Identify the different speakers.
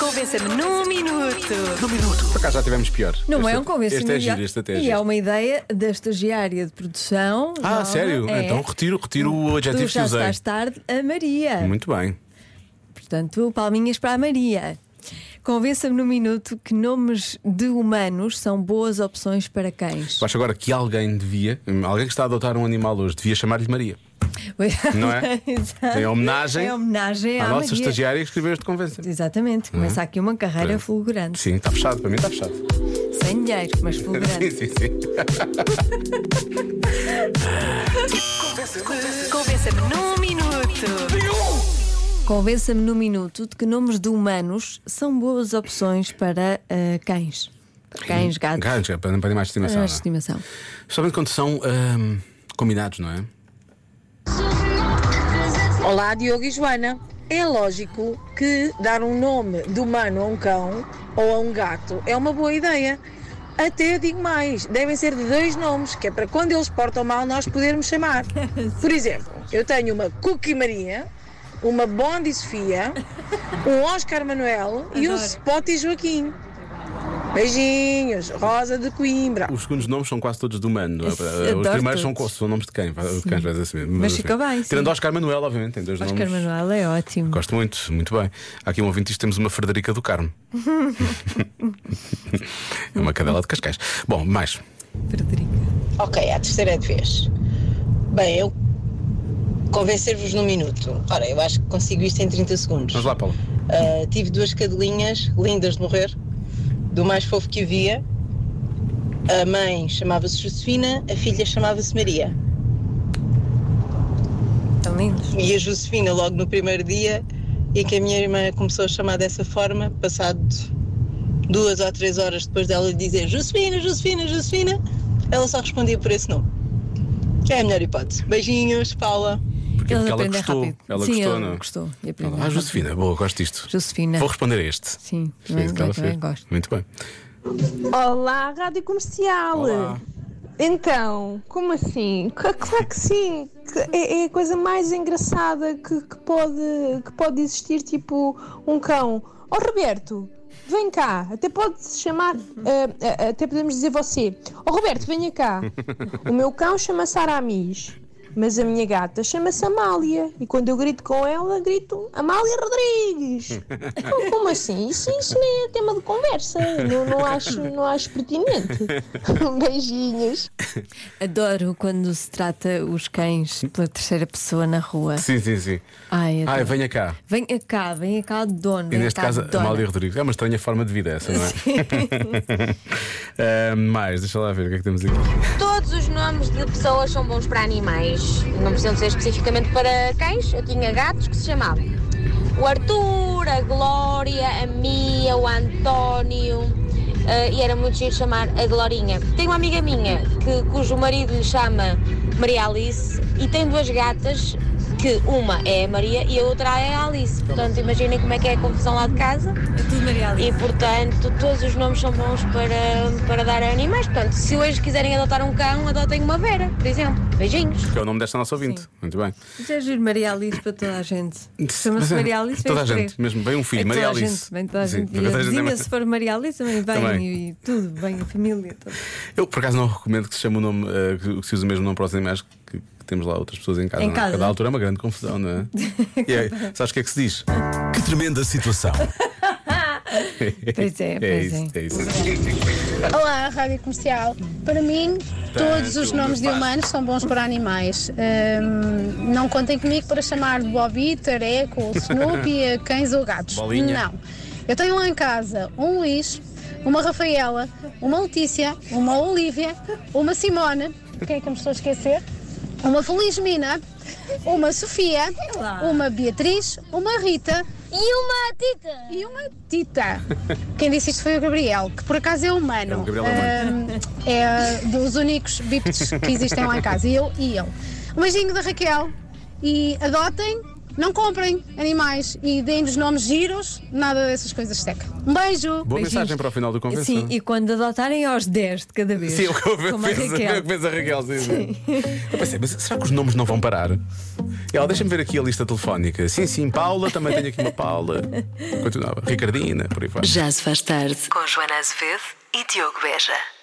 Speaker 1: Convença-me num minuto.
Speaker 2: Por acaso já tivemos pior.
Speaker 3: Não
Speaker 2: Este-
Speaker 3: é um convencimento.
Speaker 2: Este é giro, este até é
Speaker 3: e
Speaker 2: giro.
Speaker 3: é uma ideia da estagiária de produção.
Speaker 2: Ah,
Speaker 3: nova,
Speaker 2: sério?
Speaker 3: é,
Speaker 2: Então retiro, retiro o
Speaker 3: Tu
Speaker 2: adjetivo que
Speaker 3: já
Speaker 2: usei.
Speaker 3: estás tarde, a Maria.
Speaker 2: Muito bem.
Speaker 3: Portanto, palminhas para a Maria. Convença-me num minuto que nomes de humanos são boas opções para cães.
Speaker 2: Tu achas agora que alguém devia, hum, alguém que está a adotar um animal hoje, devia chamar-lhe Maria. Não é?
Speaker 3: Exato.
Speaker 2: Em homenagem
Speaker 3: Em homenagem à,
Speaker 2: A nossa
Speaker 3: É, Maria.
Speaker 2: estagiária Hum? que escreveu este convença.
Speaker 3: Exatamente. Começa aqui uma carreira
Speaker 2: Pronto.
Speaker 3: fulgurante.
Speaker 2: Sim, está fechado, para mim está fechado.
Speaker 3: Sem dinheiro, mas
Speaker 2: Sim,
Speaker 3: fulgurante.
Speaker 2: sim, sim.
Speaker 1: Convença-me num minuto.
Speaker 3: Convença-me num minuto de que nomes de humanos são boas opções para ah, cães. Para cães, gatos.
Speaker 2: Gatos, é para para animais de estimação.
Speaker 3: para
Speaker 2: não é?
Speaker 3: estimação.
Speaker 2: Somente quando são hum, combinados, não é?
Speaker 4: Olá, Diogo e Joana. É lógico que dar um nome de humano a um cão ou a um gato é uma boa ideia. Até eu digo mais, devem ser de dois nomes, que é para quando eles portam mal nós podermos chamar. Por exemplo, eu tenho uma Cookie Maria, uma Bondi Sofia, um Oscar Manuel e um
Speaker 3: Adoro.
Speaker 4: Spotty Joaquim. Beijinhos, Rosa de Coimbra.
Speaker 2: Os segundos nomes são quase todos de humano. não é?
Speaker 3: Esse-
Speaker 2: Os
Speaker 3: adoro
Speaker 2: primeiros são, co-
Speaker 3: todos.
Speaker 2: são nomes de quem? De cães, vais assim,
Speaker 3: Mas fica bem, sim.
Speaker 2: Tirando Oscar Manuel, obviamente, tem dois
Speaker 3: Oscar
Speaker 2: nomes.
Speaker 3: Manuel é ótimo.
Speaker 2: Gosto muito, muito bem. Há aqui um ouvinte, diz que temos uma Frederica do Carmo. é uma cadela de Cascais. Bom, mais.
Speaker 3: Frederica.
Speaker 5: Ok, a terceira de vez. Bem, eu convencer-vos num minuto. Ora, eu acho que consigo isto em 30 segundos.
Speaker 2: Vamos lá, Paulo.
Speaker 5: Ah, tive duas cadelinhas, lindas de morrer, do mais fofo que havia. A mãe chamava-se Josefina, a filha chamava-se Maria.
Speaker 3: Tão lindos.
Speaker 5: E a Josefina, logo no primeiro dia, e que a minha irmã começou a chamar dessa forma, passado duas ou três horas depois dela dizer Josefina, Josefina, Josefina, ela só respondia por esse nome. Que é a melhor hipótese. Beijinhos, Paula.
Speaker 2: Porque, é
Speaker 3: Eles
Speaker 2: porque ela
Speaker 3: aprendem
Speaker 2: gostou.
Speaker 3: rápido.
Speaker 2: Ela
Speaker 3: Sim,
Speaker 2: gostou,
Speaker 3: ela
Speaker 2: não?
Speaker 3: gostou. E
Speaker 2: Ela,
Speaker 3: aprendeu
Speaker 2: Ah,
Speaker 3: rápido.
Speaker 2: Josefina, boa, gosto disto.
Speaker 3: Josefina.
Speaker 2: Vou responder a este.
Speaker 3: Sim,
Speaker 2: Foi
Speaker 3: também,
Speaker 2: isso que ela
Speaker 3: também
Speaker 2: fez.
Speaker 3: gosto.
Speaker 2: Muito bem.
Speaker 6: Olá, Rádio Comercial!
Speaker 2: Olá.
Speaker 6: Então, como assim? C- Claro que sim! que É é a coisa mais engraçada que, que pode, que pode existir, tipo um cão. Ó Roberto, vem cá! Até pode se chamar, eh, eh, até podemos dizer você. Ó Roberto, venha cá! O meu cão chama-se Aramis, mas a minha gata chama-se Amália. E quando eu grito com ela, grito Amália Rodrigues! Então, Como assim? Isso, isso nem é tema de conversa. Não, não, acho, não acho pertinente. Beijinhos.
Speaker 3: Adoro quando se trata os cães pela terceira pessoa na rua.
Speaker 2: Sim, sim, sim.
Speaker 3: Ai,
Speaker 2: Ai,
Speaker 3: adoro.
Speaker 2: venha cá.
Speaker 3: Vem cá, vem cá, dono.
Speaker 2: E
Speaker 3: vem
Speaker 2: neste
Speaker 3: cá,
Speaker 2: caso,
Speaker 3: dona.
Speaker 2: Amália Rodrigues. É uma estranha forma de vida essa, não é? Ah, mais, deixa lá ver o que é que temos aqui.
Speaker 7: Todos os nomes de pessoas são bons para animais. Não precisam ser especificamente para cães. Eu tinha gatos que se chamavam o Arthur, a Glória, a Mia, o António. eh, e era muito giro chamar a Glorinha. Tenho uma amiga minha que, cujo marido lhe chama Maria Alice e tem duas gatas que uma é a Maria e a outra é a Alice. Portanto, imaginem como é que é a confusão lá de casa.
Speaker 3: É tudo Maria Alice.
Speaker 7: E portanto, todos os nomes são bons para, para dar a animais. Portanto, se hoje quiserem adotar um cão, adotem uma Vera, por exemplo. Beijinhos.
Speaker 2: Que é o nome desta nossa ouvinte. Muito bem.
Speaker 3: Isso é giro, Maria Alice para toda a gente. Chama-se Maria Alice. vem
Speaker 2: é Toda a
Speaker 3: escrever.
Speaker 2: gente, mesmo. Vem um filho,
Speaker 3: É
Speaker 2: Maria
Speaker 3: toda a
Speaker 2: Alice.
Speaker 3: gente, vem toda a
Speaker 2: Sim,
Speaker 3: gente. E
Speaker 2: toda
Speaker 3: a
Speaker 2: a gente é
Speaker 3: vizinha,
Speaker 2: mais-
Speaker 3: se for Maria Alice, também vem.
Speaker 2: Também.
Speaker 3: E, tudo, bem, a família. Toda.
Speaker 2: Eu por acaso não recomendo que se chame o nome, eh, que que se use o mesmo nome para os animais que, que temos lá outras pessoas em casa.
Speaker 3: Em
Speaker 2: não é?
Speaker 3: casa.
Speaker 2: Cada altura é uma grande confusão, não é? e aí, sabes o que é que se diz?
Speaker 8: Que tremenda situação.
Speaker 3: Pois é,
Speaker 2: é
Speaker 3: pois
Speaker 2: isso, é isso.
Speaker 9: Olá, Rádio Comercial. Para mim, todos os
Speaker 2: Tanto
Speaker 9: nomes de
Speaker 2: faz.
Speaker 9: humanos são bons para animais. Hum, não contem comigo para chamar de Bobby, Tareco, Snoopy, eh, cães ou gatos.
Speaker 2: Bolinha.
Speaker 9: Não. Eu tenho lá em casa um Luís, uma Rafaela, uma Letícia, uma Olívia, uma Simone. Quem é que eu me estou a esquecer? Uma Felizmina, uma Sofia, uma Beatriz, uma Rita
Speaker 6: E uma tita!
Speaker 9: e uma Tita. Quem disse isto foi o Gabriel, que por acaso é humano.
Speaker 2: É, o Gabriel é
Speaker 9: Ah, é dos únicos bípedes que existem lá em casa, eu e ele. Um beijinho da Raquel e adotem Não comprem animais e deem-nos nomes giros, nada dessas coisas seca. Um beijo!
Speaker 2: Boa
Speaker 3: Beijinhos.
Speaker 2: mensagem para o final do convenção.
Speaker 3: Sim, e quando adotarem aos 10 de cada vez.
Speaker 2: Sim, é o que eu
Speaker 3: Como a
Speaker 2: penso,
Speaker 3: Raquel.
Speaker 2: é o que pensa a Raquel. Sim, sim. Eu pensei, mas será que os nomes não vão parar? E Ela, deixa-me ver aqui a lista telefónica. Sim, sim, Paula, também tenho aqui uma Paula. Continuava. Ricardina, por aí fora.
Speaker 1: Já se faz tarde com Joana Azevedo e Tiago Beja.